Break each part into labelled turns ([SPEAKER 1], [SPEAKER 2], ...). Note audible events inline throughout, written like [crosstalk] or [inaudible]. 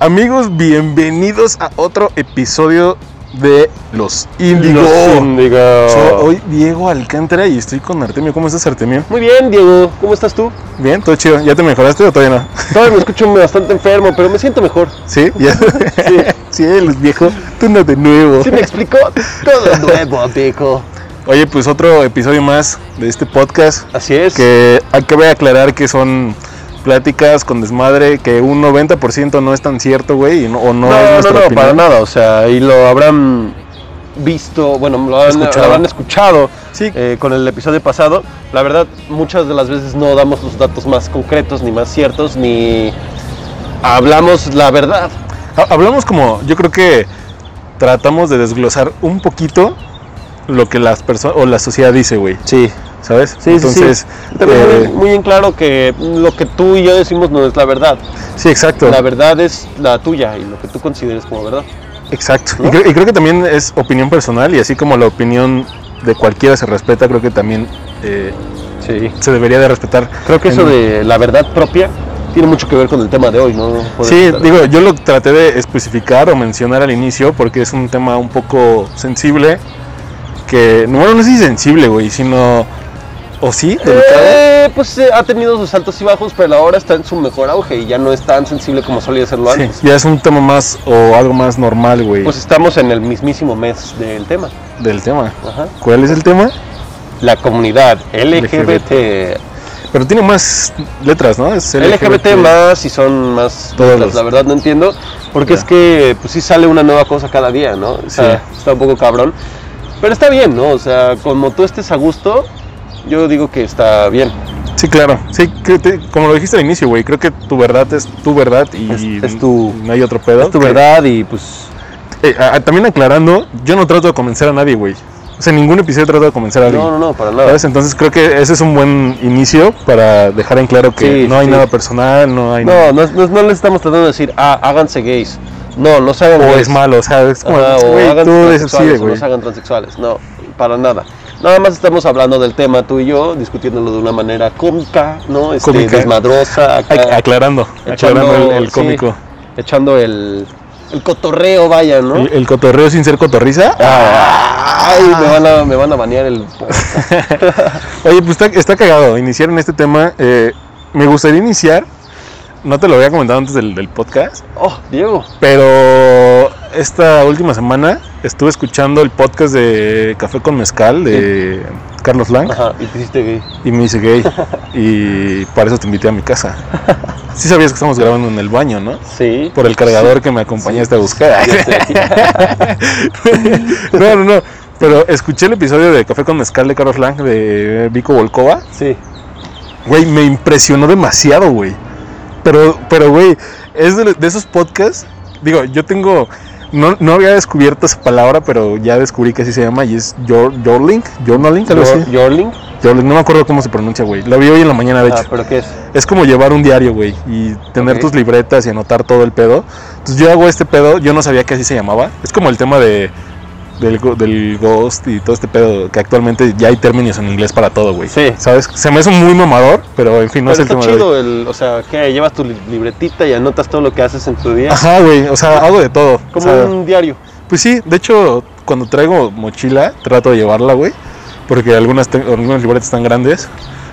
[SPEAKER 1] Amigos, bienvenidos a otro episodio de Los Índigos.
[SPEAKER 2] Los Índigo.
[SPEAKER 1] Soy hoy Diego Alcántara y estoy con Artemio. ¿Cómo estás, Artemio?
[SPEAKER 2] Muy bien, Diego. ¿Cómo estás tú?
[SPEAKER 1] Bien, todo chido. ¿Ya te mejoraste o todavía no? [laughs]
[SPEAKER 2] Todavía me escucho bastante enfermo, pero me siento mejor.
[SPEAKER 1] Sí, ya.
[SPEAKER 2] Sí,
[SPEAKER 1] [laughs] sí, los viejos. Tú no de nuevo.
[SPEAKER 2] sí me explicó todo de nuevo, Diego.
[SPEAKER 1] Oye, pues otro episodio más de este podcast.
[SPEAKER 2] Así es.
[SPEAKER 1] Que acabe de aclarar que son pláticas con desmadre, que un 90% no es tan cierto, güey, y no- o no,
[SPEAKER 2] No, no,
[SPEAKER 1] es
[SPEAKER 2] no,
[SPEAKER 1] nuestra opinión.
[SPEAKER 2] para nada. O sea, y lo habrán visto, bueno, lo, han- lo
[SPEAKER 1] Escuchado.
[SPEAKER 2] habrán escuchado
[SPEAKER 1] Sí.
[SPEAKER 2] eh, con el episodio pasado. La verdad, muchas de las veces no damos los datos más concretos, ni más ciertos, ni hablamos la verdad.
[SPEAKER 1] Ha- Hablamos como, yo creo que tratamos de desglosar un poquito lo que las personas o la sociedad dice, güey,
[SPEAKER 2] Sí,
[SPEAKER 1] ¿sabes?
[SPEAKER 2] Sí, sí,
[SPEAKER 1] Entonces,
[SPEAKER 2] También
[SPEAKER 1] eh,
[SPEAKER 2] muy, muy en claro que lo que tú y yo decimos no es la verdad.
[SPEAKER 1] sí, exacto,
[SPEAKER 2] La verdad es la tuya y lo que tú consideres como verdad.
[SPEAKER 1] exacto. Y,
[SPEAKER 2] ¿no?
[SPEAKER 1] creo, y creo que también es opinión personal y así como la opinión de cualquiera se respeta, creo que también eh,
[SPEAKER 2] Sí.
[SPEAKER 1] se debería de respetar.
[SPEAKER 2] Creo que eso
[SPEAKER 1] En-
[SPEAKER 2] de la verdad propia tiene mucho que ver con el tema de hoy, ¿no? Poder
[SPEAKER 1] Sí,
[SPEAKER 2] estar-
[SPEAKER 1] digo, yo lo traté de especificar o mencionar al inicio porque es un tema un poco sensible, que, bueno, no sé si sensible, güey, sino, o sí, delicado.
[SPEAKER 2] Eh, pues eh, ha tenido sus altos y bajos, pero ahora está en su mejor auge y ya no es tan sensible como solía serlo
[SPEAKER 1] Sí,
[SPEAKER 2] antes.
[SPEAKER 1] ya es un tema más o algo más normal, güey,
[SPEAKER 2] Pues estamos en el mismísimo mes del tema.
[SPEAKER 1] del tema.
[SPEAKER 2] Ajá.
[SPEAKER 1] ¿Cuál es el tema?
[SPEAKER 2] La comunidad LGBT.
[SPEAKER 1] Pero tiene más letras, ¿no? Es
[SPEAKER 2] LGBT más y son más
[SPEAKER 1] Todos
[SPEAKER 2] todas
[SPEAKER 1] los-
[SPEAKER 2] la verdad no entiendo, porque es que pues sí sale una nueva cosa cada día, ¿no? O sea, está un poco cabrón, pero está bien, ¿no? O sea, como tú estés a gusto, yo digo que está bien.
[SPEAKER 1] Sí, claro. Sí, que te- como lo dijiste al inicio, güey, creo que tu verdad es tu verdad y
[SPEAKER 2] Es- es tu-
[SPEAKER 1] no hay otro pedo.
[SPEAKER 2] es tu
[SPEAKER 1] Que-
[SPEAKER 2] verdad y pues
[SPEAKER 1] Eh, a- a- también aclarando, yo no trato de convencer a nadie, güey. O sea, en ningún episodio trato de convencer a alguien.
[SPEAKER 2] no, no, no, para nada.
[SPEAKER 1] ¿Sabes? Entonces creo que ese es un buen inicio para dejar en claro que
[SPEAKER 2] Sí,
[SPEAKER 1] no hay
[SPEAKER 2] sí.
[SPEAKER 1] nada personal, no hay nada.
[SPEAKER 2] No, no, es- no, es- no les estamos tratando de decir, ah, háganse gays. No, no se hagan
[SPEAKER 1] O
[SPEAKER 2] gays.
[SPEAKER 1] es malo, o sea, es como,
[SPEAKER 2] pues. Ajá, o
[SPEAKER 1] güey,
[SPEAKER 2] hagan
[SPEAKER 1] tú
[SPEAKER 2] transexuales,
[SPEAKER 1] decides,
[SPEAKER 2] o no
[SPEAKER 1] güey.
[SPEAKER 2] se hagan transexuales. No, para nada. Nada más estamos hablando del tema tú y yo, discutiéndolo de una manera cómica, ¿no? Este,
[SPEAKER 1] Cómica.
[SPEAKER 2] desmadrosa, acá,
[SPEAKER 1] Ac- Aclarando, aclarando el, el
[SPEAKER 2] Ah, sí,
[SPEAKER 1] cómico.
[SPEAKER 2] echando el, el cotorreo, vaya, ¿no?
[SPEAKER 1] El, el cotorreo sin ser cotorriza.
[SPEAKER 2] Ay, me van, a, me van a banear el...
[SPEAKER 1] Oye, pues está, está cagado iniciar en este tema. eh, me gustaría iniciar, no te lo había comentado antes del, del podcast,
[SPEAKER 2] Oh, Diego.
[SPEAKER 1] pero esta última semana estuve escuchando el podcast de Café con Mezcal de Carlos Lang
[SPEAKER 2] Ajá, y te hiciste gay.
[SPEAKER 1] y me hice gay. Y para eso te invité a mi
[SPEAKER 2] [laughs]
[SPEAKER 1] casa. Sí sabías que estamos grabando en el baño, ¿no?
[SPEAKER 2] Sí.
[SPEAKER 1] Por el cargador que me acompañaste a buscar.
[SPEAKER 2] Ya sé.
[SPEAKER 1] [laughs] no, no, no. Pero escuché el episodio de Café con Mezcal de Carlos Lang de Vico Volkova. [laughs]
[SPEAKER 2] Sí.
[SPEAKER 1] Güey, me impresionó demasiado, güey. Pero, pero, güey, es de, de esos podcasts. Digo, yo tengo. No, no había descubierto esa palabra, pero ya descubrí que así se llama y es jor- Jorling, Journaling, algo así.
[SPEAKER 2] Yor- Yorling.
[SPEAKER 1] Jorling, no me acuerdo cómo se pronuncia, güey. La vi hoy en la mañana, de
[SPEAKER 2] Ah,
[SPEAKER 1] hecho.
[SPEAKER 2] pero ¿qué es?
[SPEAKER 1] Es como llevar un diario, güey, y tener
[SPEAKER 2] Ok.
[SPEAKER 1] tus libretas y anotar todo el pedo. Entonces yo hago este pedo, yo no sabía que así se llamaba. Es como el tema de del, go- del ghost y todo este pedo, que actualmente ya hay términos en inglés para todo, güey.
[SPEAKER 2] Sí.
[SPEAKER 1] ¿Sabes? Se me hizo muy mamador, pero en fin, no
[SPEAKER 2] pero
[SPEAKER 1] es el
[SPEAKER 2] está
[SPEAKER 1] tema de hoy.
[SPEAKER 2] chido, el, o sea, que llevas tu li- libretita y anotas todo lo que haces en tu día.
[SPEAKER 1] Ajá, güey, o sea, hago de todo. o
[SPEAKER 2] Como
[SPEAKER 1] sea,
[SPEAKER 2] un diario.
[SPEAKER 1] Pues sí, de hecho, cuando traigo mochila, trato de llevarla, güey. Porque algunas, te- algunas libretas están grandes.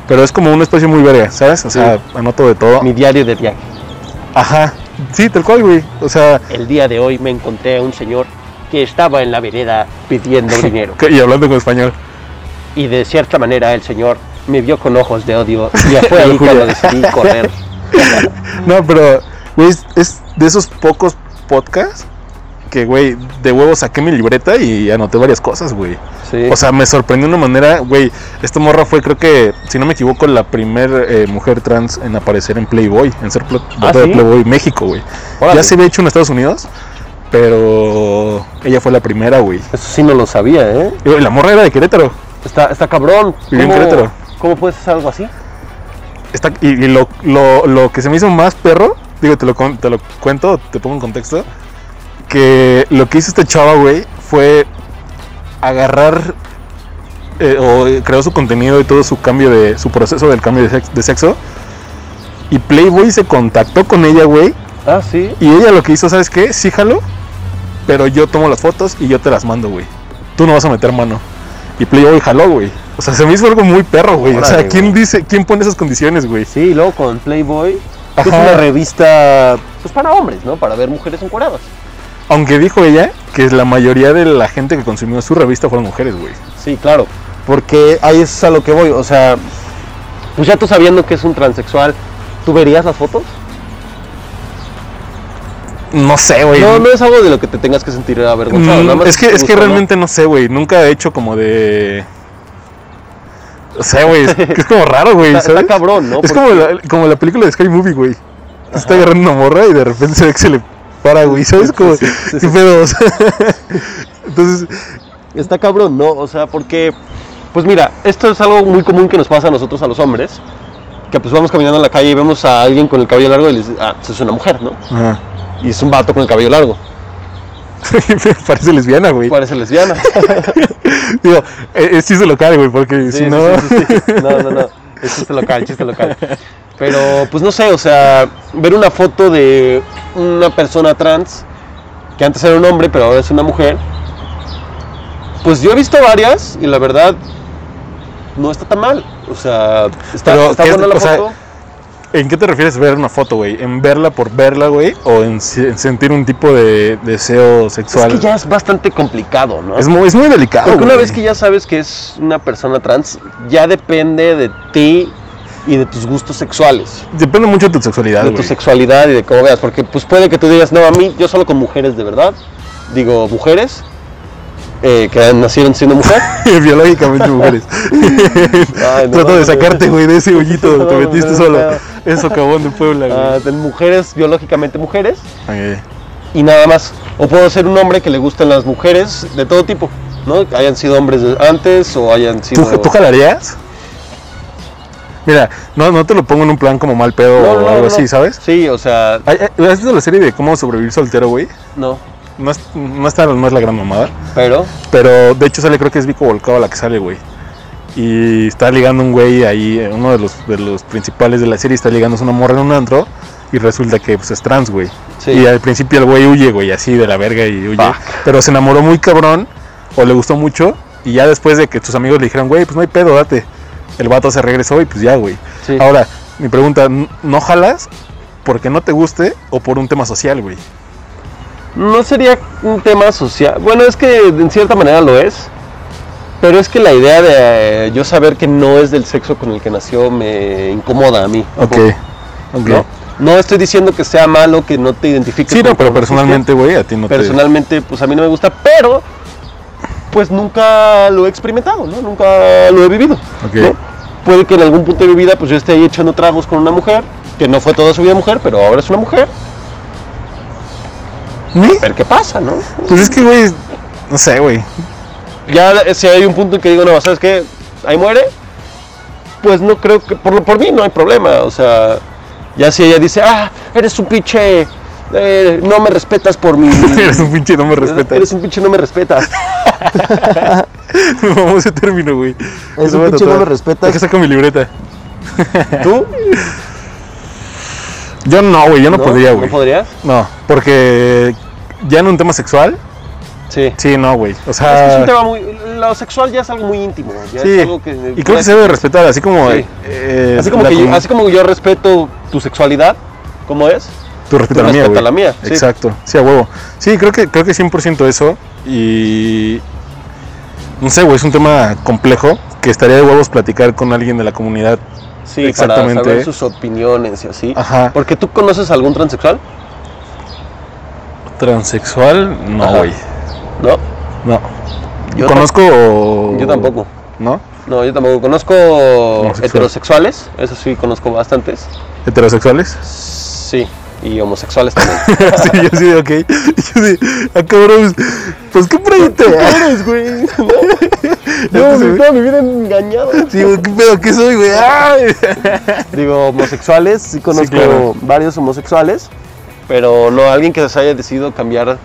[SPEAKER 1] Pero es como un espacio muy verga, ¿sabes? O sea,
[SPEAKER 2] Sí.
[SPEAKER 1] anoto de todo.
[SPEAKER 2] Mi diario de viaje.
[SPEAKER 1] Ajá. Sí, tal cual, güey. O sea,
[SPEAKER 2] El día de hoy me encontré a un señor que estaba en la vereda
[SPEAKER 1] [laughs]
[SPEAKER 2] pidiendo dinero.
[SPEAKER 1] que- y hablando con español.
[SPEAKER 2] y de cierta manera el señor me vio con ojos de odio y ya
[SPEAKER 1] [laughs]
[SPEAKER 2] fue ahí
[SPEAKER 1] Lujuria.
[SPEAKER 2] cuando decidí
[SPEAKER 1] [laughs]
[SPEAKER 2] correr.
[SPEAKER 1] No, pero, güey, es, es de esos pocos podcasts que, güey, de huevo saqué mi libreta y anoté varias cosas, güey.
[SPEAKER 2] Sí.
[SPEAKER 1] O sea, me sorprendió de una manera, güey. Esta morra fue, creo que, si no me equivoco, la primer eh, mujer trans en aparecer en Playboy, en ser pl-
[SPEAKER 2] ¿Ah,
[SPEAKER 1] portada de
[SPEAKER 2] sí?
[SPEAKER 1] Playboy México, güey.
[SPEAKER 2] Órale.
[SPEAKER 1] Ya se había hecho en Estados Unidos, pero ella fue la primera, güey.
[SPEAKER 2] Eso sí no lo sabía, ¿eh?
[SPEAKER 1] Y, güey, La morra era de Querétaro.
[SPEAKER 2] Está, está cabrón.
[SPEAKER 1] Vivió en Querétaro.
[SPEAKER 2] ¿Cómo puedes hacer algo así?
[SPEAKER 1] Está- y y lo, lo- lo que se me hizo más perro, digo, te lo, con- te lo cuento, te pongo en contexto, que lo que hizo esta chava, güey, fue agarrar eh, o eh, creó su contenido y todo su cambio de su proceso del cambio de sex- de sexo. Y Playboy se contactó con ella, güey,
[SPEAKER 2] Ah, sí.
[SPEAKER 1] Y ella lo que hizo, ¿sabes qué? Sí, jalo, pero yo tomo las fotos y yo te las mando, güey. Tú no vas a meter mano. Y Playboy jaló, güey. O sea, se me hizo algo muy perro, güey. O sea,
[SPEAKER 2] Órale,
[SPEAKER 1] ¿quién
[SPEAKER 2] güey.
[SPEAKER 1] dice, quién pone esas condiciones, güey?
[SPEAKER 2] Sí, y luego con Playboy, que es
[SPEAKER 1] Ajá.
[SPEAKER 2] una revista pues para hombres, ¿no? Para ver mujeres encuadradas.
[SPEAKER 1] Aunque dijo ella que la mayoría de la gente que consumió su revista fueron mujeres, güey.
[SPEAKER 2] Sí, claro. Porque
[SPEAKER 1] Eh,
[SPEAKER 2] ahí es a lo que voy. O sea, pues ya tú sabiendo que es un transexual, ¿tú verías las fotos?
[SPEAKER 1] No sé, güey.
[SPEAKER 2] No, no es algo de lo que te tengas que sentir avergonzado.
[SPEAKER 1] Mm,
[SPEAKER 2] nada más
[SPEAKER 1] es que,
[SPEAKER 2] te
[SPEAKER 1] es que
[SPEAKER 2] gusta, ¿no?
[SPEAKER 1] realmente no sé, güey. Nunca he hecho como de. O sea, güey. Es, que es como raro, güey.
[SPEAKER 2] Está- está
[SPEAKER 1] ¿sabes?
[SPEAKER 2] cabrón, ¿no?
[SPEAKER 1] Es como la, como la película de Sky Movie, güey. Está agarrando una morra y de repente se ve que se le para, güey. ¿Sabes?
[SPEAKER 2] Sí,
[SPEAKER 1] Como.
[SPEAKER 2] sí, sí, sí,
[SPEAKER 1] ¿Qué
[SPEAKER 2] sí.
[SPEAKER 1] pedo? O sea, Entonces,
[SPEAKER 2] Está cabrón, ¿no? O sea, porque, pues mira, esto es algo muy común que nos pasa a nosotros, a los hombres, que pues vamos caminando en la calle y vemos a alguien con el cabello largo y les ah, pues es una mujer, ¿no?
[SPEAKER 1] ah,
[SPEAKER 2] Y es un vato con el cabello largo,
[SPEAKER 1] [laughs] me parece lesbiana, güey.
[SPEAKER 2] parece lesbiana.
[SPEAKER 1] Digo, eh, es chiste local, güey, porque
[SPEAKER 2] Sí,
[SPEAKER 1] si
[SPEAKER 2] sí,
[SPEAKER 1] no.
[SPEAKER 2] sí, sí, sí. No, no, no, es chiste local, chiste local. Pero, pues no sé, o sea, ver una foto de una persona trans, que antes era un hombre, pero ahora es una mujer, pues yo he visto varias y la verdad no está tan mal. O sea, está,
[SPEAKER 1] Pero,
[SPEAKER 2] está
[SPEAKER 1] ¿qué es-
[SPEAKER 2] buena la
[SPEAKER 1] o sea,
[SPEAKER 2] foto.
[SPEAKER 1] ¿En qué te refieres ver una foto, güey? ¿En verla por verla, güey? ¿O en, se- en sentir un tipo de deseo sexual?
[SPEAKER 2] Es que ya es bastante complicado, ¿no?
[SPEAKER 1] Es muy, es muy delicado.
[SPEAKER 2] Porque una
[SPEAKER 1] güey.
[SPEAKER 2] vez que ya sabes que es una persona trans, ya depende de ti y de tus gustos sexuales.
[SPEAKER 1] Depende mucho de tu sexualidad,
[SPEAKER 2] de
[SPEAKER 1] güey. [laughs]
[SPEAKER 2] tu sexualidad y de cómo veas, porque pues puede que tú digas, no, a mí yo solo con mujeres de verdad, digo mujeres eh, que nacieron siendo
[SPEAKER 1] [laughs]
[SPEAKER 2] mujer,
[SPEAKER 1] Biológicamente mujeres.
[SPEAKER 2] [laughs] Ay, no
[SPEAKER 1] Trato de
[SPEAKER 2] mames.
[SPEAKER 1] sacarte, güey, de ese
[SPEAKER 2] [laughs]
[SPEAKER 1] hoyito donde
[SPEAKER 2] No,
[SPEAKER 1] te metiste
[SPEAKER 2] no,
[SPEAKER 1] solo.
[SPEAKER 2] no.
[SPEAKER 1] Eso cabón de Puebla,
[SPEAKER 2] ah,
[SPEAKER 1] güey.
[SPEAKER 2] de mujeres biológicamente mujeres
[SPEAKER 1] Ok.
[SPEAKER 2] y nada más, o puedo ser un hombre que le gustan las mujeres de todo tipo, ¿no? Que Hayan sido hombres de- antes o hayan sido...
[SPEAKER 1] ¿Tú, tú jalarías? Mira, no, no te lo pongo en un plan como mal pedo
[SPEAKER 2] No, no,
[SPEAKER 1] o
[SPEAKER 2] no,
[SPEAKER 1] algo
[SPEAKER 2] no.
[SPEAKER 1] así, ¿sabes?
[SPEAKER 2] Sí, o sea,
[SPEAKER 1] Ay, ay, ¿Has visto la serie de cómo sobrevivir soltero, güey?
[SPEAKER 2] no,
[SPEAKER 1] No, es- no, está, no es la gran mamada.
[SPEAKER 2] pero...
[SPEAKER 1] Pero de hecho sale, creo que es Vico Volcado la que sale, güey. Y está ligando un güey ahí, eh, uno de los, de los principales de la serie está ligando a una morra en un antro y resulta que pues, es trans, güey.
[SPEAKER 2] Sí.
[SPEAKER 1] Y al principio el güey huye, güey, así de la verga y huye.
[SPEAKER 2] Fuck.
[SPEAKER 1] Pero se enamoró muy cabrón o le gustó mucho y ya después de que tus amigos le dijeron, güey, pues no hay pedo, date. El vato se regresó y pues ya, güey.
[SPEAKER 2] Sí.
[SPEAKER 1] Ahora, mi pregunta, ¿n- ¿no jalas porque no te guste o por un tema social, güey?
[SPEAKER 2] No sería un tema social. Bueno, es que en cierta manera lo es. Pero es que la idea de eh, yo saber que no es del sexo con el que nació me incomoda a mí. un
[SPEAKER 1] Ok.
[SPEAKER 2] poco,
[SPEAKER 1] ok.
[SPEAKER 2] ¿no? No estoy diciendo que sea malo, que no te identifiques.
[SPEAKER 1] Sí,
[SPEAKER 2] con-
[SPEAKER 1] no, pero
[SPEAKER 2] con-
[SPEAKER 1] personalmente, güey, a ti no te...
[SPEAKER 2] Personalmente, pues a mí no me gusta, pero pues nunca lo he experimentado, ¿no? Nunca lo he vivido.
[SPEAKER 1] Ok.
[SPEAKER 2] ¿no? Puede que en algún punto de mi vida pues yo esté ahí echando tragos con una mujer, que no fue toda su vida mujer, pero ahora es una mujer.
[SPEAKER 1] ¿Sí?
[SPEAKER 2] A ver qué pasa, ¿no?
[SPEAKER 1] Pues es que, güey, no sé,
[SPEAKER 2] [laughs]
[SPEAKER 1] güey.
[SPEAKER 2] ya eh, si hay un punto en que digo, no, ¿sabes qué? Ahí muere, pues no creo que, por, lo- por mí no hay problema, o sea, ya si ella dice, ah, eres un pinche, eh, no me respetas por mi...
[SPEAKER 1] Eres un pinche [laughs] no me respeta.
[SPEAKER 2] Eres un pinche no me respetas.
[SPEAKER 1] [laughs] Me mamó ese término, güey.
[SPEAKER 3] Eres
[SPEAKER 1] Lo
[SPEAKER 3] un
[SPEAKER 1] voy a
[SPEAKER 3] pinche no
[SPEAKER 1] tatuar.
[SPEAKER 3] me respetas.
[SPEAKER 1] Deja saco mi libreta. [laughs]
[SPEAKER 2] ¿Tú?
[SPEAKER 1] Yo no, güey, yo no, podría, güey.
[SPEAKER 2] ¿No podrías?
[SPEAKER 1] No, porque ya en un tema sexual,
[SPEAKER 2] Sí.
[SPEAKER 1] sí, no, güey. O
[SPEAKER 2] Es,
[SPEAKER 1] sea,
[SPEAKER 2] que es un tema muy... Lo sexual ya es algo muy íntimo. ya
[SPEAKER 1] sí.
[SPEAKER 2] es algo que-
[SPEAKER 1] y creo que se debe respetar, así como,
[SPEAKER 2] Sí.
[SPEAKER 1] eh,
[SPEAKER 2] Así como,
[SPEAKER 1] la
[SPEAKER 2] que yo,
[SPEAKER 1] comu-
[SPEAKER 2] así como yo respeto tu sexualidad, ¿cómo es?
[SPEAKER 1] Tú respetas
[SPEAKER 2] Tú
[SPEAKER 1] la mía,
[SPEAKER 2] respeta
[SPEAKER 1] güey.
[SPEAKER 2] la mía, sí.
[SPEAKER 1] Exacto. Sí, a huevo. Sí, creo que creo que 100% eso y no sé, güey, es un tema complejo que estaría de huevos platicar con alguien de la comunidad.
[SPEAKER 2] Sí,
[SPEAKER 1] Exactamente.
[SPEAKER 2] para saber sus opiniones y así.
[SPEAKER 1] Ajá.
[SPEAKER 2] Porque tú conoces algún transexual,
[SPEAKER 1] Transexual, no,
[SPEAKER 2] Ajá.
[SPEAKER 1] güey.
[SPEAKER 2] ¿no?
[SPEAKER 1] No.
[SPEAKER 2] Yo
[SPEAKER 1] Conozco. Oh.
[SPEAKER 2] Yo tampoco.
[SPEAKER 1] ¿No?
[SPEAKER 2] No, yo tampoco. Conozco heterosexuales, eso sí, conozco bastantes.
[SPEAKER 1] ¿Heterosexuales? [laughs]
[SPEAKER 2] Sí, y homosexuales también.
[SPEAKER 1] sí, yo sí, ok. Yo sí, ah, cabrón. Pues qué proyecto.
[SPEAKER 2] [laughs] [laughs] eres, güey?
[SPEAKER 1] Yo,
[SPEAKER 2] Yo
[SPEAKER 1] güey, [laughs]
[SPEAKER 2] toda mi vida engañado.
[SPEAKER 1] Sí, güey, qué pedo, qué soy, güey. Ay.
[SPEAKER 2] Digo, homosexuales, sí conozco
[SPEAKER 1] claro.
[SPEAKER 2] varios homosexuales, pero no alguien que se haya decidido cambiar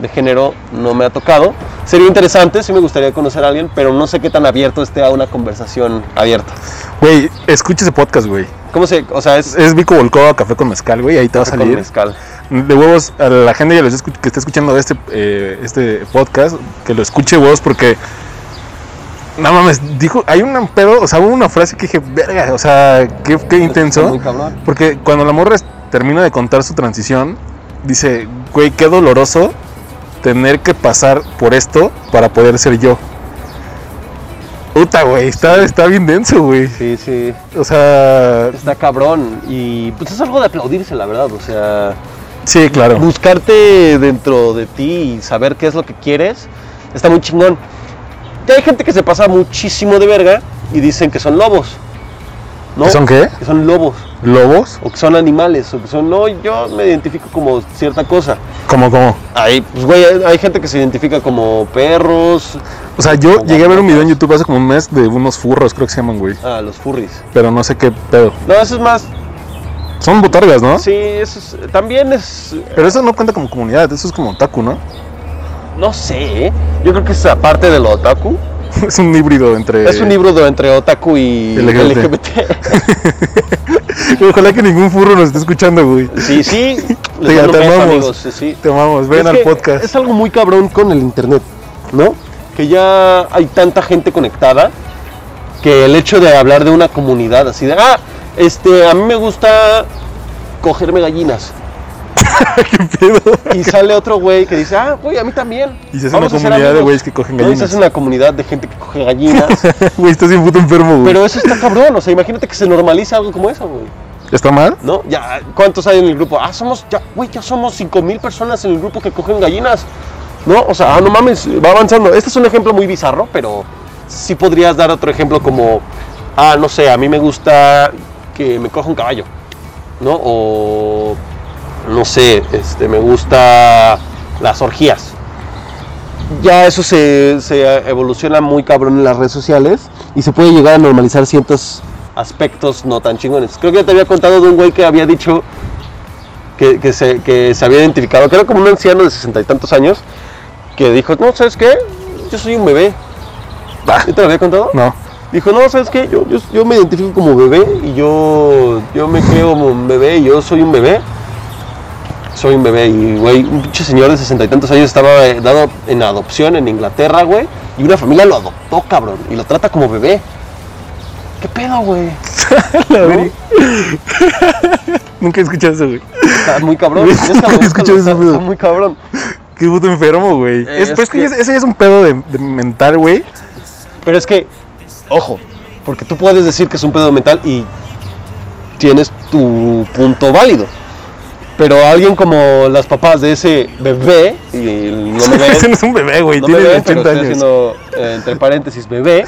[SPEAKER 2] de género no me ha tocado. Sería interesante, sí me gustaría conocer a alguien, pero no sé qué tan abierto esté a una conversación abierta.
[SPEAKER 1] Güey, escucha ese podcast, güey.
[SPEAKER 2] ¿Cómo se.? O sea, es.
[SPEAKER 1] Es Vico Volcó café con mezcal, güey. Ahí te va a
[SPEAKER 2] café con
[SPEAKER 1] salir.
[SPEAKER 2] mezcal.
[SPEAKER 1] De huevos, a la gente que, los escu- que está escuchando este, eh, este podcast, que lo escuche huevos porque. No mames, dijo. Hay un pedo, o sea, hubo una frase que dije, verga, o sea, qué, qué
[SPEAKER 2] Está
[SPEAKER 1] intenso.
[SPEAKER 2] Muy cabrón.
[SPEAKER 1] Porque cuando la morra es- termina de contar su transición, dice, güey, qué doloroso tener que pasar por esto para poder ser yo. Puta, güey, está, está bien denso, güey.
[SPEAKER 2] Sí, sí.
[SPEAKER 1] O sea,
[SPEAKER 2] Pues Está cabrón. Y pues es algo de aplaudirse, la verdad. O sea.
[SPEAKER 1] sí, claro.
[SPEAKER 2] buscarte dentro de ti y saber qué es lo que quieres está muy chingón. Y hay gente que se pasa muchísimo de verga y dicen que son lobos. ¿No?
[SPEAKER 1] ¿Que son qué?
[SPEAKER 2] Que son lobos.
[SPEAKER 1] ¿Lobos?
[SPEAKER 2] O que son animales. O que son, no, yo me identifico como cierta cosa.
[SPEAKER 1] ¿Cómo, cómo?
[SPEAKER 2] Hay, pues, güey, hay, hay gente que se identifica como perros.
[SPEAKER 1] O sea, yo llegué a ver un video en YouTube hace como un mes de unos furros, creo que se llaman, güey.
[SPEAKER 2] Ah, los furries.
[SPEAKER 1] Pero no sé qué pedo.
[SPEAKER 2] No, eso es más.
[SPEAKER 1] Son botargas, ¿no?
[SPEAKER 2] Sí, eso es- también es.
[SPEAKER 1] Pero eso no cuenta como comunidad, eso es como otaku, ¿no? [laughs]
[SPEAKER 2] No sé. ¿eh? Yo creo que es aparte de lo otaku.
[SPEAKER 1] Es un híbrido entre...
[SPEAKER 2] Es un híbrido entre otaku y
[SPEAKER 1] LGBT.
[SPEAKER 2] LGBT.
[SPEAKER 1] [laughs] Ojalá que ningún furro nos esté escuchando, güey.
[SPEAKER 2] Sí, sí.
[SPEAKER 1] Te-
[SPEAKER 2] Les mando
[SPEAKER 1] te
[SPEAKER 2] un beso,
[SPEAKER 1] amamos.
[SPEAKER 2] amigos. Sí, sí.
[SPEAKER 1] Te amamos, ven
[SPEAKER 2] Es
[SPEAKER 1] al
[SPEAKER 2] que
[SPEAKER 1] podcast.
[SPEAKER 2] Es algo muy cabrón con el internet, ¿no? Que ya hay tanta gente conectada que el hecho de hablar de una comunidad así de, ah, este, a mí me gusta cogerme gallinas. Y sale otro güey que dice, ah, güey, a mí también.
[SPEAKER 1] Y se hace
[SPEAKER 2] Vamos
[SPEAKER 1] una
[SPEAKER 2] a ser
[SPEAKER 1] comunidad de
[SPEAKER 2] amigos".
[SPEAKER 1] güeyes que cogen
[SPEAKER 2] Entonces,
[SPEAKER 1] gallinas.
[SPEAKER 2] es una comunidad de gente que
[SPEAKER 1] [laughs]
[SPEAKER 2] coge gallinas.
[SPEAKER 1] [laughs] Güey, estás bien puto enfermo, güey.
[SPEAKER 2] Pero eso está cabrón, o sea, imagínate que se normaliza algo como eso, güey.
[SPEAKER 1] ¿Está mal?
[SPEAKER 2] ¿No? Ya, ¿cuántos hay en el grupo? Ah, somos, ya, güey, ya somos 5000 personas en el grupo que cogen gallinas. ¿No? O sea, ah, no mames, va avanzando. Este es un ejemplo muy bizarro, pero sí podrías dar otro ejemplo como, ah, no sé, a mí me gusta que me coja un caballo, ¿no? O, no sé, este, me gusta las orgías. Ya eso se, se evoluciona muy cabrón en las redes sociales y se puede llegar a normalizar ciertos aspectos no tan chingones. Creo que ya te había contado de un güey que había dicho que, que se, que se había identificado, que era como un anciano de sesenta y tantos años, que dijo, no, ¿sabes qué? Yo soy un bebé. ¿Yo te lo había contado?
[SPEAKER 1] No.
[SPEAKER 2] Dijo, no, ¿sabes qué? Yo, yo, yo me identifico como bebé y yo, yo me creo como un bebé y yo soy un bebé. Soy un bebé y, güey, un pinche señor de sesenta y tantos años estaba eh, dado en adopción en Inglaterra, güey, y una familia lo adoptó, cabrón, y lo trata como bebé. ¿Qué pedo, güey?
[SPEAKER 1] [laughs] La
[SPEAKER 2] ¿No?
[SPEAKER 1] verga. Nunca he escuchado eso, güey.
[SPEAKER 2] Está
[SPEAKER 1] [laughs]
[SPEAKER 2] muy cabrón.
[SPEAKER 1] Güey,
[SPEAKER 2] Neta,
[SPEAKER 1] nunca he
[SPEAKER 2] búscalo,
[SPEAKER 1] escuchado ese
[SPEAKER 2] está,
[SPEAKER 1] pedo.
[SPEAKER 2] está muy cabrón.
[SPEAKER 1] Qué puto enfermo, güey.
[SPEAKER 2] Eh,
[SPEAKER 1] es,
[SPEAKER 2] es
[SPEAKER 1] pero es que,
[SPEAKER 2] que-
[SPEAKER 1] ese- ese ya es un pedo de, de mental, güey.
[SPEAKER 2] Pero es que, ojo, porque tú puedes decir que es un pedo mental y tienes tu punto válido. Pero alguien como las papás de ese bebé, y no
[SPEAKER 1] [laughs] ese
[SPEAKER 2] me ven,
[SPEAKER 1] no es un bebé, güey.
[SPEAKER 2] no me
[SPEAKER 1] Tiene
[SPEAKER 2] ven,
[SPEAKER 1] 80
[SPEAKER 2] pero estoy
[SPEAKER 1] años.
[SPEAKER 2] haciendo eh, entre
[SPEAKER 1] [laughs]
[SPEAKER 2] paréntesis bebé,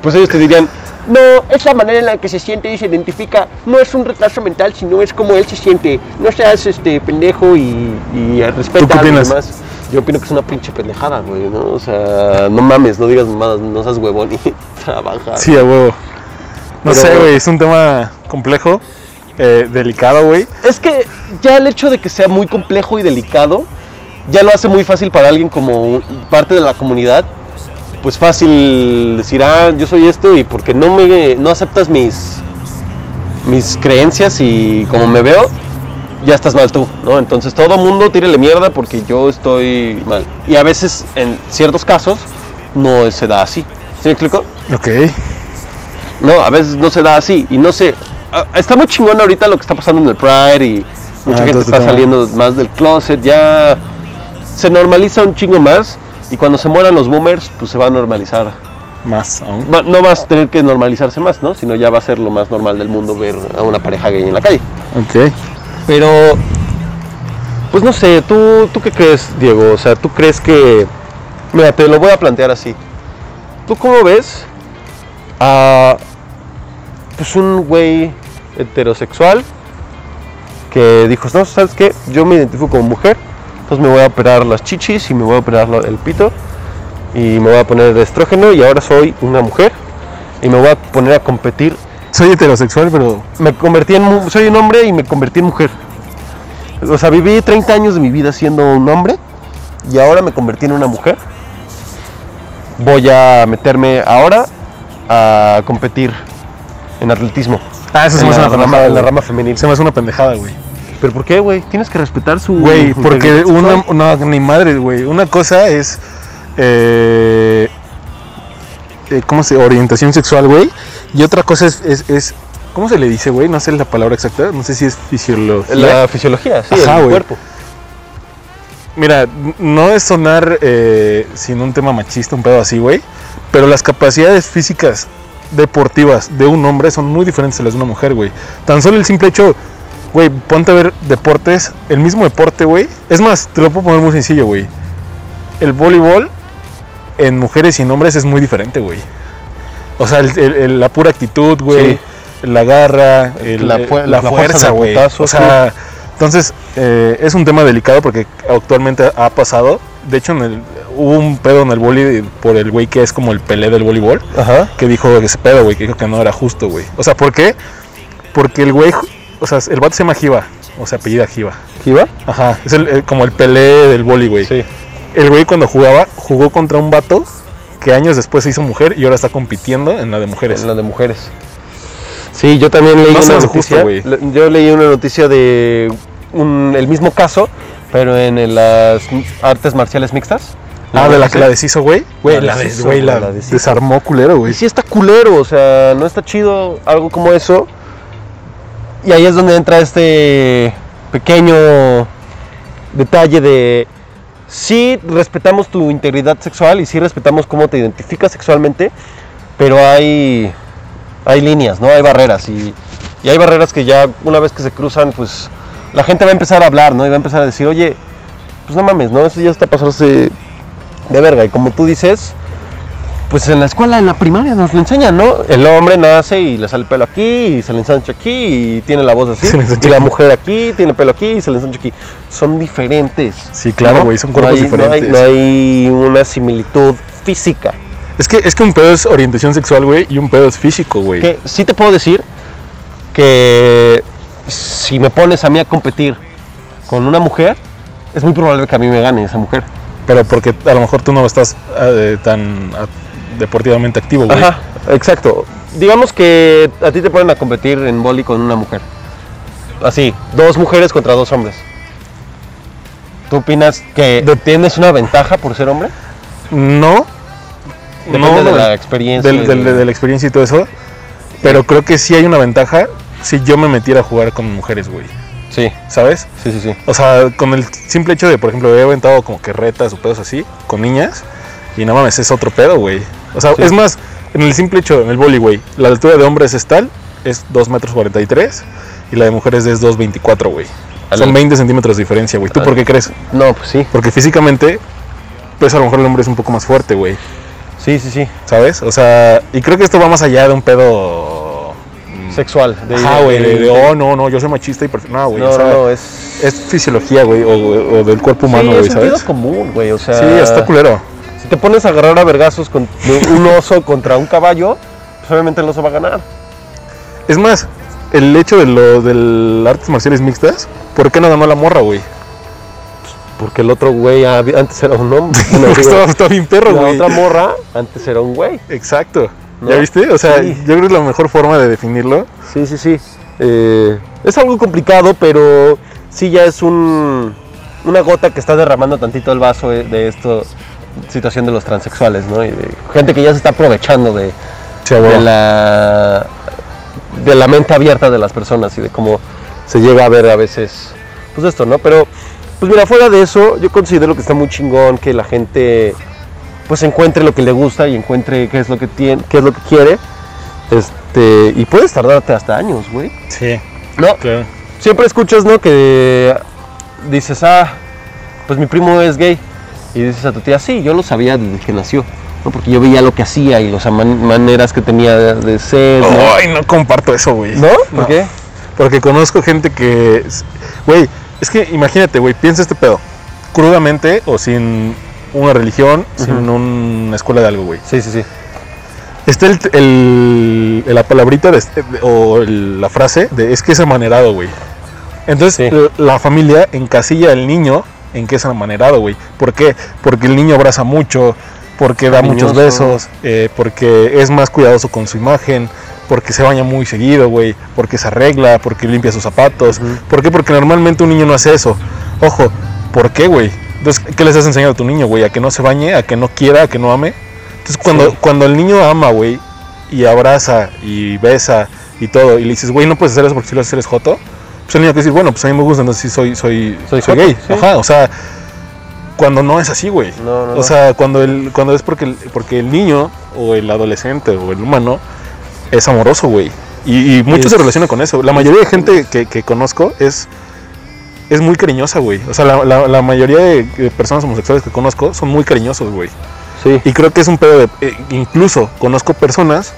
[SPEAKER 2] pues ellos te dirían, no, es la manera en la que se siente y se identifica, no es un retraso mental, sino es como él se siente, no seas este pendejo y, y respeta
[SPEAKER 1] ¿Tú qué
[SPEAKER 2] a los
[SPEAKER 1] opinas?
[SPEAKER 2] demás. Yo opino que es una pinche pendejada, güey, ¿no? O sea, no mames, no digas mamadas, no seas huevón y [laughs] trabaja.
[SPEAKER 1] Sí, a huevo. No
[SPEAKER 2] Pero,
[SPEAKER 1] sé,
[SPEAKER 2] güey.
[SPEAKER 1] güey. Es un tema complejo, eh, delicado, güey.
[SPEAKER 2] Es que ya el hecho de que sea muy complejo y delicado, ya lo hace muy fácil para alguien como un- parte de la comunidad. Pues fácil decir, ah, yo soy esto y porque no me no aceptas mis mis creencias y como me veo, ya estás mal tú, ¿no? Entonces todo mundo tírele mierda porque yo estoy mal. Y a veces, en ciertos casos, no se da así. ¿Sí me explico?
[SPEAKER 1] Ok.
[SPEAKER 2] No, a veces no se da así. Y no sé, ah, está muy chingón ahorita lo que está pasando en el Pride y
[SPEAKER 1] Ah,
[SPEAKER 2] mucha gente
[SPEAKER 1] entonces
[SPEAKER 2] está
[SPEAKER 1] está-
[SPEAKER 2] saliendo más del closet. Ya se normaliza un chingo más. Y cuando se mueran los boomers, pues se va a normalizar.
[SPEAKER 1] Más aún.
[SPEAKER 2] Va- no vas a tener que normalizarse más, ¿no? Sino ya va a ser lo más normal del mundo ver a una pareja gay en la calle.
[SPEAKER 1] Ok.
[SPEAKER 2] Pero, pues no sé, ¿tú, ¿tú qué crees, Diego? O sea, ¿tú crees que... Mira, te lo voy a plantear así. ¿Tú cómo ves a... Pues un güey heterosexual que dijo, no, ¿sabes qué? Yo me identifico como mujer, entonces me voy a operar las chichis y me voy a operar lo- el pito y me voy a poner estrógeno y ahora soy una mujer y me voy a poner a competir
[SPEAKER 1] Soy heterosexual, pero
[SPEAKER 2] me convertí en mu- soy un hombre y me convertí en mujer. O sea, viví 30 años de mi vida siendo un hombre y ahora me convertí en una mujer. Voy a meterme ahora a competir en atletismo.
[SPEAKER 1] Ah, eso se me hace
[SPEAKER 2] la,
[SPEAKER 1] una
[SPEAKER 2] rama,
[SPEAKER 1] pendejada.
[SPEAKER 2] en la
[SPEAKER 1] güey.
[SPEAKER 2] rama femenil.
[SPEAKER 1] Se me hace una pendejada, güey.
[SPEAKER 2] ¿Pero por qué, güey? Tienes que respetar su.
[SPEAKER 1] Güey,
[SPEAKER 2] su
[SPEAKER 1] porque
[SPEAKER 2] integridad
[SPEAKER 1] una,
[SPEAKER 2] sexual.
[SPEAKER 1] no, ni madre, güey. Una cosa es. eh, eh, ¿Cómo se Orientación sexual, güey. Y otra cosa es, es, es- ¿Cómo se le dice, güey? No sé la palabra exacta. No sé si es fisiología.
[SPEAKER 2] La fisiología, sí,
[SPEAKER 1] Ajá,
[SPEAKER 2] el
[SPEAKER 1] güey.
[SPEAKER 2] cuerpo.
[SPEAKER 1] Mira, no es sonar eh, sin un tema machista, un pedo así, güey. Pero las capacidades físicas deportivas de un hombre son muy diferentes a las de una mujer, güey. Tan solo el simple hecho, güey, ponte a ver deportes, el mismo deporte, güey. Es más, te lo puedo poner muy sencillo, güey. El voleibol en mujeres y en hombres es muy diferente, güey. O sea, el- el- el- la pura actitud, güey.
[SPEAKER 2] Sí.
[SPEAKER 1] La garra, el-
[SPEAKER 2] La
[SPEAKER 1] el-
[SPEAKER 2] fu-
[SPEAKER 1] la
[SPEAKER 2] la fuerza
[SPEAKER 1] fuerza,
[SPEAKER 2] del
[SPEAKER 1] güey.
[SPEAKER 2] putazo,
[SPEAKER 1] O sea, entonces eh, es un tema delicado porque actualmente ha pasado. De hecho, en el- hubo un pedo en el boli por el güey que es como el pelé del voleibol,
[SPEAKER 2] Ajá.
[SPEAKER 1] que dijo ese pedo, güey, que dijo que no era justo, güey. O sea, ¿por qué? Porque el güey, o sea, el vato se llama Jiva, o sea, apellida Jiva.
[SPEAKER 2] ¿Jiva?
[SPEAKER 1] Ajá, es el- el- como el pelé del boli, güey.
[SPEAKER 2] Sí.
[SPEAKER 1] El güey cuando jugaba, jugó contra un vato que años después se hizo mujer y ahora está compitiendo en la de mujeres.
[SPEAKER 2] En la de mujeres. Sí, yo también leí
[SPEAKER 1] No
[SPEAKER 2] una
[SPEAKER 1] seas
[SPEAKER 2] noticia.
[SPEAKER 1] justo, güey.
[SPEAKER 2] le- yo leí una noticia de un- el mismo caso, pero en el- las artes marciales mixtas.
[SPEAKER 1] Ah, de la que
[SPEAKER 2] UFC.
[SPEAKER 1] la deshizo, güey. Güey,
[SPEAKER 2] La
[SPEAKER 1] la, des-
[SPEAKER 2] deshizo,
[SPEAKER 1] güey, la
[SPEAKER 2] güey, la deshizo.
[SPEAKER 1] desarmó culero,
[SPEAKER 2] Y
[SPEAKER 1] güey.
[SPEAKER 2] sí está culero, o sea, no está chido algo como eso. Y ahí es donde entra este pequeño detalle de sí respetamos tu integridad sexual y sí respetamos cómo te identificas sexualmente, pero hay hay líneas, ¿no? Hay barreras y, y hay barreras que ya una vez que se cruzan, pues la gente va a empezar a hablar, ¿no? Y va a empezar a decir, "Oye, pues no mames, ¿no? Eso ya está pasándose de verga." Y como tú dices, pues en la escuela, en la primaria nos lo enseñan, ¿no? El hombre nace y le sale el pelo aquí, y se le ensancha aquí, y tiene la voz
[SPEAKER 1] [laughs]
[SPEAKER 2] así.
[SPEAKER 1] Se le ensancha
[SPEAKER 2] Y la
[SPEAKER 1] aquí.
[SPEAKER 2] mujer aquí, tiene el pelo aquí, y se le ensancha aquí. Son diferentes.
[SPEAKER 1] Sí, claro, güey, son cuerpos
[SPEAKER 2] hay-
[SPEAKER 1] diferentes.
[SPEAKER 2] No hay, no hay una similitud física.
[SPEAKER 1] Es que, es que un pedo es orientación sexual, güey, y un pedo es físico, güey.
[SPEAKER 2] Que sí te puedo decir que si me pones a mí a competir con una mujer, es muy probable que a mí me gane esa mujer.
[SPEAKER 1] Pero porque a lo mejor tú no estás eh, tan ah, deportivamente activo, güey.
[SPEAKER 2] Ajá, exacto. Digamos que a ti te ponen a competir en boli con una mujer. Así, dos mujeres contra dos hombres. ¿Tú opinas que
[SPEAKER 1] Dep-
[SPEAKER 2] tienes una ventaja por ser hombre?
[SPEAKER 1] No.
[SPEAKER 2] Depende de
[SPEAKER 1] güey.
[SPEAKER 2] la experiencia.
[SPEAKER 1] Del-
[SPEAKER 2] y
[SPEAKER 1] del-
[SPEAKER 2] de-
[SPEAKER 1] de la experiencia y todo eso. Pero creo que sí hay una ventaja si yo me metiera a jugar con mujeres, güey.
[SPEAKER 2] Sí,
[SPEAKER 1] ¿Sabes?
[SPEAKER 2] sí, sí, sí.
[SPEAKER 1] O sea, con el simple hecho de, por ejemplo, he aventado como que retas o pedos así con niñas y no mames, es otro pedo, güey. O sea,
[SPEAKER 2] Sí.
[SPEAKER 1] es más, en el simple hecho, en el boli, güey, la altura de hombres es tal, es 2 metros 43 y la de mujeres es 2,24, güey. Son
[SPEAKER 2] Ale.
[SPEAKER 1] 20 centímetros de diferencia, güey. ¿Tú por
[SPEAKER 2] Ale.
[SPEAKER 1] qué crees?
[SPEAKER 2] No, pues sí.
[SPEAKER 1] Porque físicamente, pues a lo mejor el hombre es un poco más fuerte, güey.
[SPEAKER 2] Sí, sí, sí.
[SPEAKER 1] ¿Sabes? O sea, y creo que esto va más allá de un pedo... mm,
[SPEAKER 2] Sexual.
[SPEAKER 1] Ajá, güey, de, de, oh, no, no, yo soy machista y... prefi-". No, güey,
[SPEAKER 2] no,
[SPEAKER 1] o sea,
[SPEAKER 2] no, no, es
[SPEAKER 1] es fisiología, güey, o, o del cuerpo humano,
[SPEAKER 2] sí,
[SPEAKER 1] güey,
[SPEAKER 2] es
[SPEAKER 1] ¿sabes?
[SPEAKER 2] sentido común, güey. O sea,
[SPEAKER 1] Sí, está culero.
[SPEAKER 2] si te pones a agarrar a vergazos con de un oso contra un caballo, pues obviamente el oso va a ganar.
[SPEAKER 1] Es más, el hecho de lo del artes marciales mixtas, ¿por qué no ganó la morra,
[SPEAKER 2] [laughs]
[SPEAKER 1] güey?
[SPEAKER 2] Porque el otro güey hab- antes era un [laughs] hombre. Bueno,
[SPEAKER 1] Porque
[SPEAKER 2] digo,
[SPEAKER 1] estaba, estaba bien perro,
[SPEAKER 2] la
[SPEAKER 1] güey.
[SPEAKER 2] otra morra antes era un güey.
[SPEAKER 1] Exacto.
[SPEAKER 2] ¿No?
[SPEAKER 1] ¿Ya viste? O sea,
[SPEAKER 2] Sí.
[SPEAKER 1] yo creo que es la mejor forma de definirlo.
[SPEAKER 2] Sí, sí, sí. Eh, es algo complicado, pero sí ya es un, una gota que está derramando tantito el vaso eh, de esto situación de los transexuales, ¿no? Y de gente que ya se está aprovechando de,
[SPEAKER 1] Sí,
[SPEAKER 2] de
[SPEAKER 1] güey.
[SPEAKER 2] la de la mente abierta de las personas y de cómo se llega a ver a veces pues esto, ¿no? Pero pues mira, fuera de eso, yo considero que está muy chingón que la gente pues encuentre lo que le gusta y encuentre qué es lo que tiene, qué es lo que quiere. Este, y puedes tardarte hasta años, güey.
[SPEAKER 1] Sí,
[SPEAKER 2] No,
[SPEAKER 1] claro.
[SPEAKER 2] siempre escuchas, ¿no? Que dices, ah, pues mi primo es gay. Y dices a tu tía, sí, yo lo sabía desde que nació. ¿no? Porque yo veía lo que hacía y las man- maneras que tenía de, de ser. ¿no?
[SPEAKER 1] Ay, no comparto eso, güey.
[SPEAKER 2] ¿No? ¿Por qué?
[SPEAKER 1] Porque conozco gente que. Güey, es que imagínate, güey, piensa este pedo. Crudamente o sin una religión, sin una escuela de algo, güey.
[SPEAKER 2] Sí, sí, sí.
[SPEAKER 1] Está el, el- la palabrita de este- de- o el- la frase de es que es amanerado, güey. Entonces
[SPEAKER 2] Sí.
[SPEAKER 1] l- la familia encasilla al niño en que es amanerado, güey. ¿Por qué? Porque el niño abraza mucho, porque da muchos
[SPEAKER 2] Cariñoso.
[SPEAKER 1] besos, eh, porque es más cuidadoso con su imagen, porque se baña muy seguido, güey, porque se arregla, porque limpia sus zapatos.
[SPEAKER 2] Ujú.
[SPEAKER 1] ¿Por qué? Porque normalmente un niño no hace eso. Ojo, ¿por qué, güey? Entonces, ¿qué les has enseñado a tu niño, güey? A que no se bañe, a que no quiera, a que no ame. Entonces, cuando,
[SPEAKER 2] Sí.
[SPEAKER 1] cuando el niño ama, güey, y abraza y besa y todo, y le dices, güey, no puedes hacer eso porque si lo haces eres joto, pues el niño que decir, bueno, pues a mí me gusta, entonces sí soy, soy, soy,
[SPEAKER 2] Soy joto,
[SPEAKER 1] gay.
[SPEAKER 2] sí.
[SPEAKER 1] Ajá, o sea, cuando no es así, güey.
[SPEAKER 2] No, no, no.
[SPEAKER 1] O sea, cuando, el, cuando es porque el, porque el niño o el adolescente o el humano es amoroso, güey. Y, y mucho
[SPEAKER 2] Es-
[SPEAKER 1] se relaciona con eso. La mayoría de gente que, que conozco es, es muy cariñosa, güey. O sea, la, la- la mayoría de de personas homosexuales que conozco son muy cariñosos, güey.
[SPEAKER 2] sí.
[SPEAKER 1] Y creo que es un pedo de... eh, incluso conozco personas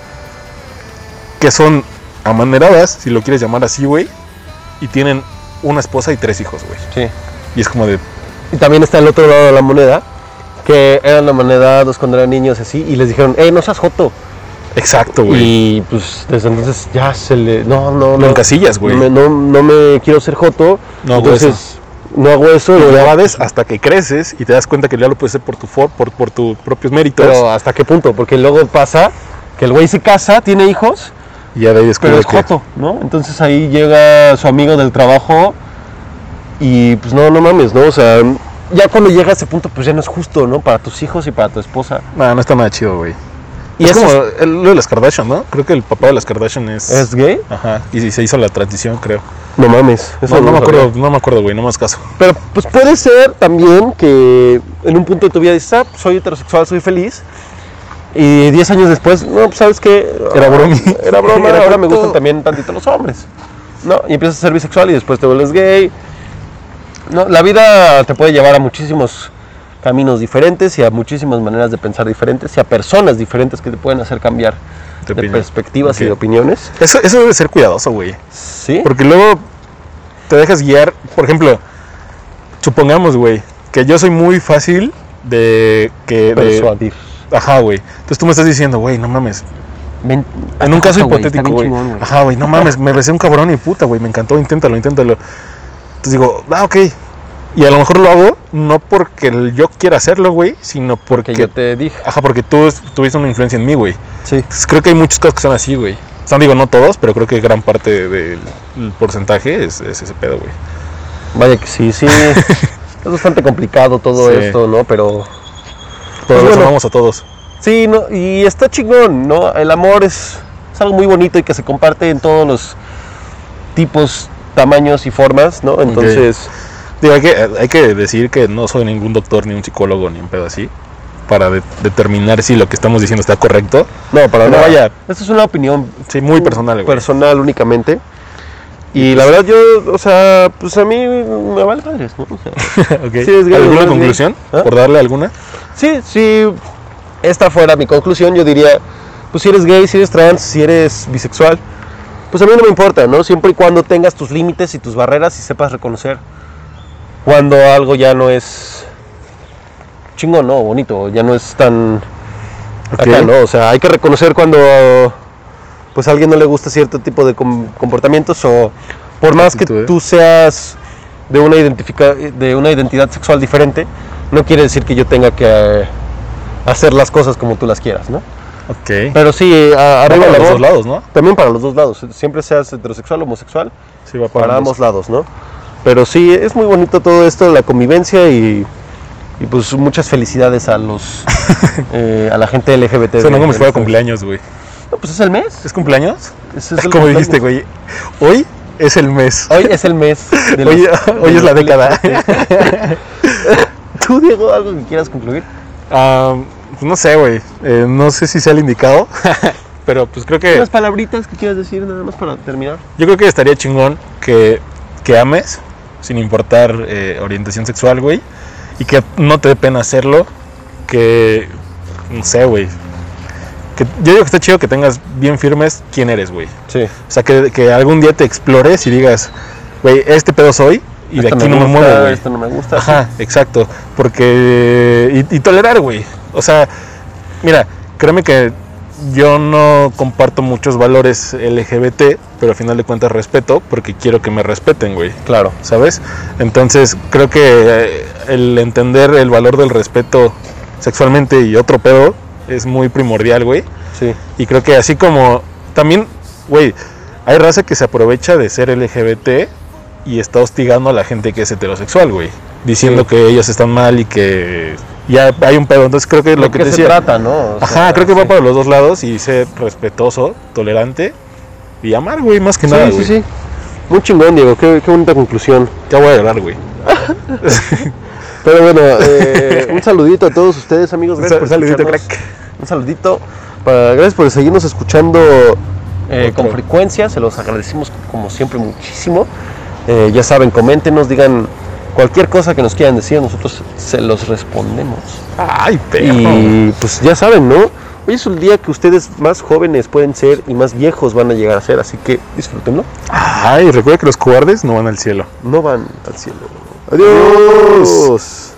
[SPEAKER 1] que son amaneradas, si lo quieres llamar así, güey. Y tienen una esposa y tres hijos, güey.
[SPEAKER 2] sí.
[SPEAKER 1] Y es como de...
[SPEAKER 2] Y también está el otro lado de la moneda, que eran amanerados cuando eran niños así, y les dijeron, eh, no seas joto.
[SPEAKER 1] Exacto, güey.
[SPEAKER 2] Y pues desde entonces ya se le. No, no,
[SPEAKER 1] Lo
[SPEAKER 2] no.
[SPEAKER 1] encasillas, güey.
[SPEAKER 2] No me- no, no me quiero ser joto.
[SPEAKER 1] No hago
[SPEAKER 2] entonces, no hago eso.
[SPEAKER 1] Lo
[SPEAKER 2] y ya-
[SPEAKER 1] evades hasta que creces y te das cuenta que ya lo puedes hacer por tu for- por, por tus propios méritos.
[SPEAKER 2] Pero hasta qué punto, porque luego pasa que el güey se casa, tiene hijos,
[SPEAKER 1] y ya de ahí
[SPEAKER 2] pero
[SPEAKER 1] descubre
[SPEAKER 2] es
[SPEAKER 1] que-
[SPEAKER 2] joto, ¿no? Entonces ahí llega su amigo del trabajo y pues no, no mames, ¿no? O sea, ya cuando llega a ese punto, pues ya no es justo, ¿no? Para tus hijos y para tu esposa.
[SPEAKER 1] No, no está nada chido, güey.
[SPEAKER 2] Y
[SPEAKER 1] es
[SPEAKER 2] eso
[SPEAKER 1] como el- lo de las Kardashian, ¿no? Creo que el papá de las Kardashian es.
[SPEAKER 2] ¿Es gay?
[SPEAKER 1] Ajá. Y se hizo la transición, creo.
[SPEAKER 2] No mames. eso
[SPEAKER 1] No, no
[SPEAKER 2] lo
[SPEAKER 1] me
[SPEAKER 2] sabía.
[SPEAKER 1] acuerdo, no me acuerdo, güey, no más caso.
[SPEAKER 2] Pero pues puede ser también que en un punto de tu vida dices, ah, soy heterosexual, soy feliz. Y 10 años después, no, pues sabes que
[SPEAKER 1] Era broma.
[SPEAKER 2] Era
[SPEAKER 1] [laughs]
[SPEAKER 2] broma,
[SPEAKER 1] Era
[SPEAKER 2] ahora me
[SPEAKER 1] broma.
[SPEAKER 2] gustan también tantito los hombres. No, y empiezas a ser bisexual y después te vuelves gay. No, la vida te puede llevar a muchísimos caminos diferentes y a muchísimas maneras de pensar diferentes y a personas diferentes que te pueden hacer cambiar
[SPEAKER 1] De
[SPEAKER 2] de,
[SPEAKER 1] opinión.
[SPEAKER 2] perspectivas y
[SPEAKER 1] Ok.
[SPEAKER 2] de opiniones.
[SPEAKER 1] Eso, eso debe ser cuidadoso, güey.
[SPEAKER 2] Sí.
[SPEAKER 1] Porque luego te dejas guiar. Por ejemplo, supongamos, güey, que yo soy muy fácil de que. de-
[SPEAKER 2] Persuadir.
[SPEAKER 1] ajá, güey. Entonces tú me estás diciendo, güey, no mames,
[SPEAKER 2] Ven-
[SPEAKER 1] En un caso
[SPEAKER 2] Ajá, güey, Ah, está
[SPEAKER 1] hipotético,
[SPEAKER 2] bien
[SPEAKER 1] güey.
[SPEAKER 2] chingón, güey.
[SPEAKER 1] Ajá, güey, no mames, me besé un cabrón y puta, güey, me encantó, inténtalo, inténtalo. Entonces digo, ah, ok. Y a lo mejor lo hago no porque el- yo quiera hacerlo, güey, sino porque.
[SPEAKER 2] Que yo te dije.
[SPEAKER 1] Ajá, porque tú es- tuviste una influencia en mí, güey.
[SPEAKER 2] Sí.
[SPEAKER 1] Entonces, Pues creo que hay muchos casos que son así, güey. O sea, digo, no todos, pero creo que gran parte del el porcentaje es, es ese pedo, güey.
[SPEAKER 2] Vaya que
[SPEAKER 1] [laughs]
[SPEAKER 2] sí, sí. es bastante complicado todo
[SPEAKER 1] Sí.
[SPEAKER 2] esto, ¿no? Pero.
[SPEAKER 1] Pero los
[SPEAKER 2] Pues bueno.
[SPEAKER 1] amamos a todos.
[SPEAKER 2] Sí, no, y está chingón, ¿no? El amor es, es algo muy bonito y que se comparte en todos los tipos, tamaños y formas, ¿no? Entonces.
[SPEAKER 1] Digo, hay que, hay que decir que no soy ningún doctor, ni un psicólogo, ni un pedo así, para de- determinar si lo que estamos diciendo está correcto.
[SPEAKER 2] No, para
[SPEAKER 1] Pero
[SPEAKER 2] nada.
[SPEAKER 1] vaya.
[SPEAKER 2] Esta es una opinión
[SPEAKER 1] Sí, muy
[SPEAKER 2] Uh,
[SPEAKER 1] personal, güey.
[SPEAKER 2] personal únicamente. Y la verdad, yo, o sea, pues a mí me vale madres, ¿no? O sea,
[SPEAKER 1] [laughs] Ok.
[SPEAKER 2] Sí, es gay, no
[SPEAKER 1] ¿Alguna
[SPEAKER 2] es gay.
[SPEAKER 1] conclusión?
[SPEAKER 2] ¿Ah?
[SPEAKER 1] ¿Por darle alguna?
[SPEAKER 2] Sí, si esta fuera mi conclusión, yo diría, pues si eres gay, si eres trans, si eres bisexual, pues a mí no me importa, ¿no? Siempre y cuando tengas tus límites y tus barreras y sepas reconocer cuando algo ya no es chingón, ¿no? Bonito, ya no es tan acá,
[SPEAKER 1] Ok.
[SPEAKER 2] ¿no? O sea, hay que reconocer cuando pues a alguien no le gusta cierto tipo de com- comportamientos o por más que
[SPEAKER 1] Actitudes.
[SPEAKER 2] tú seas de una identifica de una identidad sexual diferente, no quiere decir que yo tenga que eh, hacer las cosas como tú las quieras, ¿no?
[SPEAKER 1] Ok.
[SPEAKER 2] Pero sí, eh, a-
[SPEAKER 1] Arriba
[SPEAKER 2] arriba el
[SPEAKER 1] los
[SPEAKER 2] amor.
[SPEAKER 1] dos lados, ¿no?
[SPEAKER 2] También para los dos lados, siempre seas heterosexual o homosexual,
[SPEAKER 1] Sí, va
[SPEAKER 2] para ambos lados, ¿no? Pero sí, es muy bonito todo esto, la convivencia y, y pues muchas felicidades
[SPEAKER 1] [laughs]
[SPEAKER 2] a los eh, a la gente LGBT.
[SPEAKER 1] Suena como
[SPEAKER 2] de-
[SPEAKER 1] si fuera
[SPEAKER 2] de-
[SPEAKER 1] cumpleaños, güey.
[SPEAKER 2] No, pues es el mes.
[SPEAKER 1] ¿Es cumpleaños?
[SPEAKER 2] Es- es
[SPEAKER 1] [laughs]
[SPEAKER 2] el
[SPEAKER 1] como
[SPEAKER 2] cumpleaños.
[SPEAKER 1] dijiste, güey. Hoy es el mes.
[SPEAKER 2] Hoy es el mes. de los-
[SPEAKER 1] Hoy, hoy
[SPEAKER 2] de
[SPEAKER 1] es la
[SPEAKER 2] los-
[SPEAKER 1] década.
[SPEAKER 2] [laughs] Tú, Diego, algo que quieras concluir.
[SPEAKER 1] Ah, pues no sé, güey. Eh, no sé si sea el indicado. Pero pues creo que.
[SPEAKER 2] Unas palabritas que quieras decir nada más para terminar.
[SPEAKER 1] Yo creo que estaría chingón que, que ames, sin importar eh, orientación sexual, güey. Y que no te dé pena hacerlo. Que. No sé, güey. Que, yo digo que está chido que tengas bien firmes quién eres, güey.
[SPEAKER 2] Sí.
[SPEAKER 1] O sea, que, que algún día te explores y digas, güey, este pedo soy y de aquí no me muevo, güey.
[SPEAKER 2] Esto no me gusta.
[SPEAKER 1] Ajá, exacto. Porque. Y, y tolerar, güey. O sea, mira, créeme que yo no comparto muchos valores LGBT, pero al final de cuentas respeto porque quiero que me respeten, güey.
[SPEAKER 2] Claro.
[SPEAKER 1] ¿Sabes? Entonces, creo que eh, el entender el valor del respeto sexualmente y otro pedo es muy primordial, güey.
[SPEAKER 2] Sí.
[SPEAKER 1] Y creo que así como también, güey, hay raza que se aprovecha de ser LGBT y está hostigando a la gente que es heterosexual, güey. Diciendo
[SPEAKER 2] Sí.
[SPEAKER 1] que ellos están mal y que ya hay un pedo. Entonces creo que lo que
[SPEAKER 2] qué
[SPEAKER 1] te
[SPEAKER 2] se
[SPEAKER 1] decía-
[SPEAKER 2] trata, ¿no? O sea,
[SPEAKER 1] Ajá, creo que va
[SPEAKER 2] sí.
[SPEAKER 1] para los dos lados y ser respetuoso, tolerante y amar, güey, más que
[SPEAKER 2] Sí,
[SPEAKER 1] nada.
[SPEAKER 2] sí,
[SPEAKER 1] güey.
[SPEAKER 2] sí. Muy chingón, Diego. Qué, qué bonita conclusión.
[SPEAKER 1] Ya voy a llorar, güey.
[SPEAKER 2] Pero bueno, [laughs] eh, un saludito a todos ustedes, amigos.
[SPEAKER 1] Un
[SPEAKER 2] Gracias
[SPEAKER 1] sal-
[SPEAKER 2] por
[SPEAKER 1] saludito,
[SPEAKER 2] escucharnos.
[SPEAKER 1] crack.
[SPEAKER 2] Un saludito. para- gracias por seguirnos escuchando eh,
[SPEAKER 1] Otro.
[SPEAKER 2] con frecuencia. Se los agradecemos como siempre muchísimo. Eh, ya saben, coméntenos, digan cualquier cosa que nos quieran decir. Nosotros se los respondemos.
[SPEAKER 1] Ay, perro.
[SPEAKER 2] Y pues ya saben, ¿no? Hoy es un día que ustedes más jóvenes pueden ser y más viejos van a llegar a ser. Así que disfrútenlo.
[SPEAKER 1] Ay, recuerda que los cobardes no van al cielo.
[SPEAKER 2] No van al cielo. Adiós.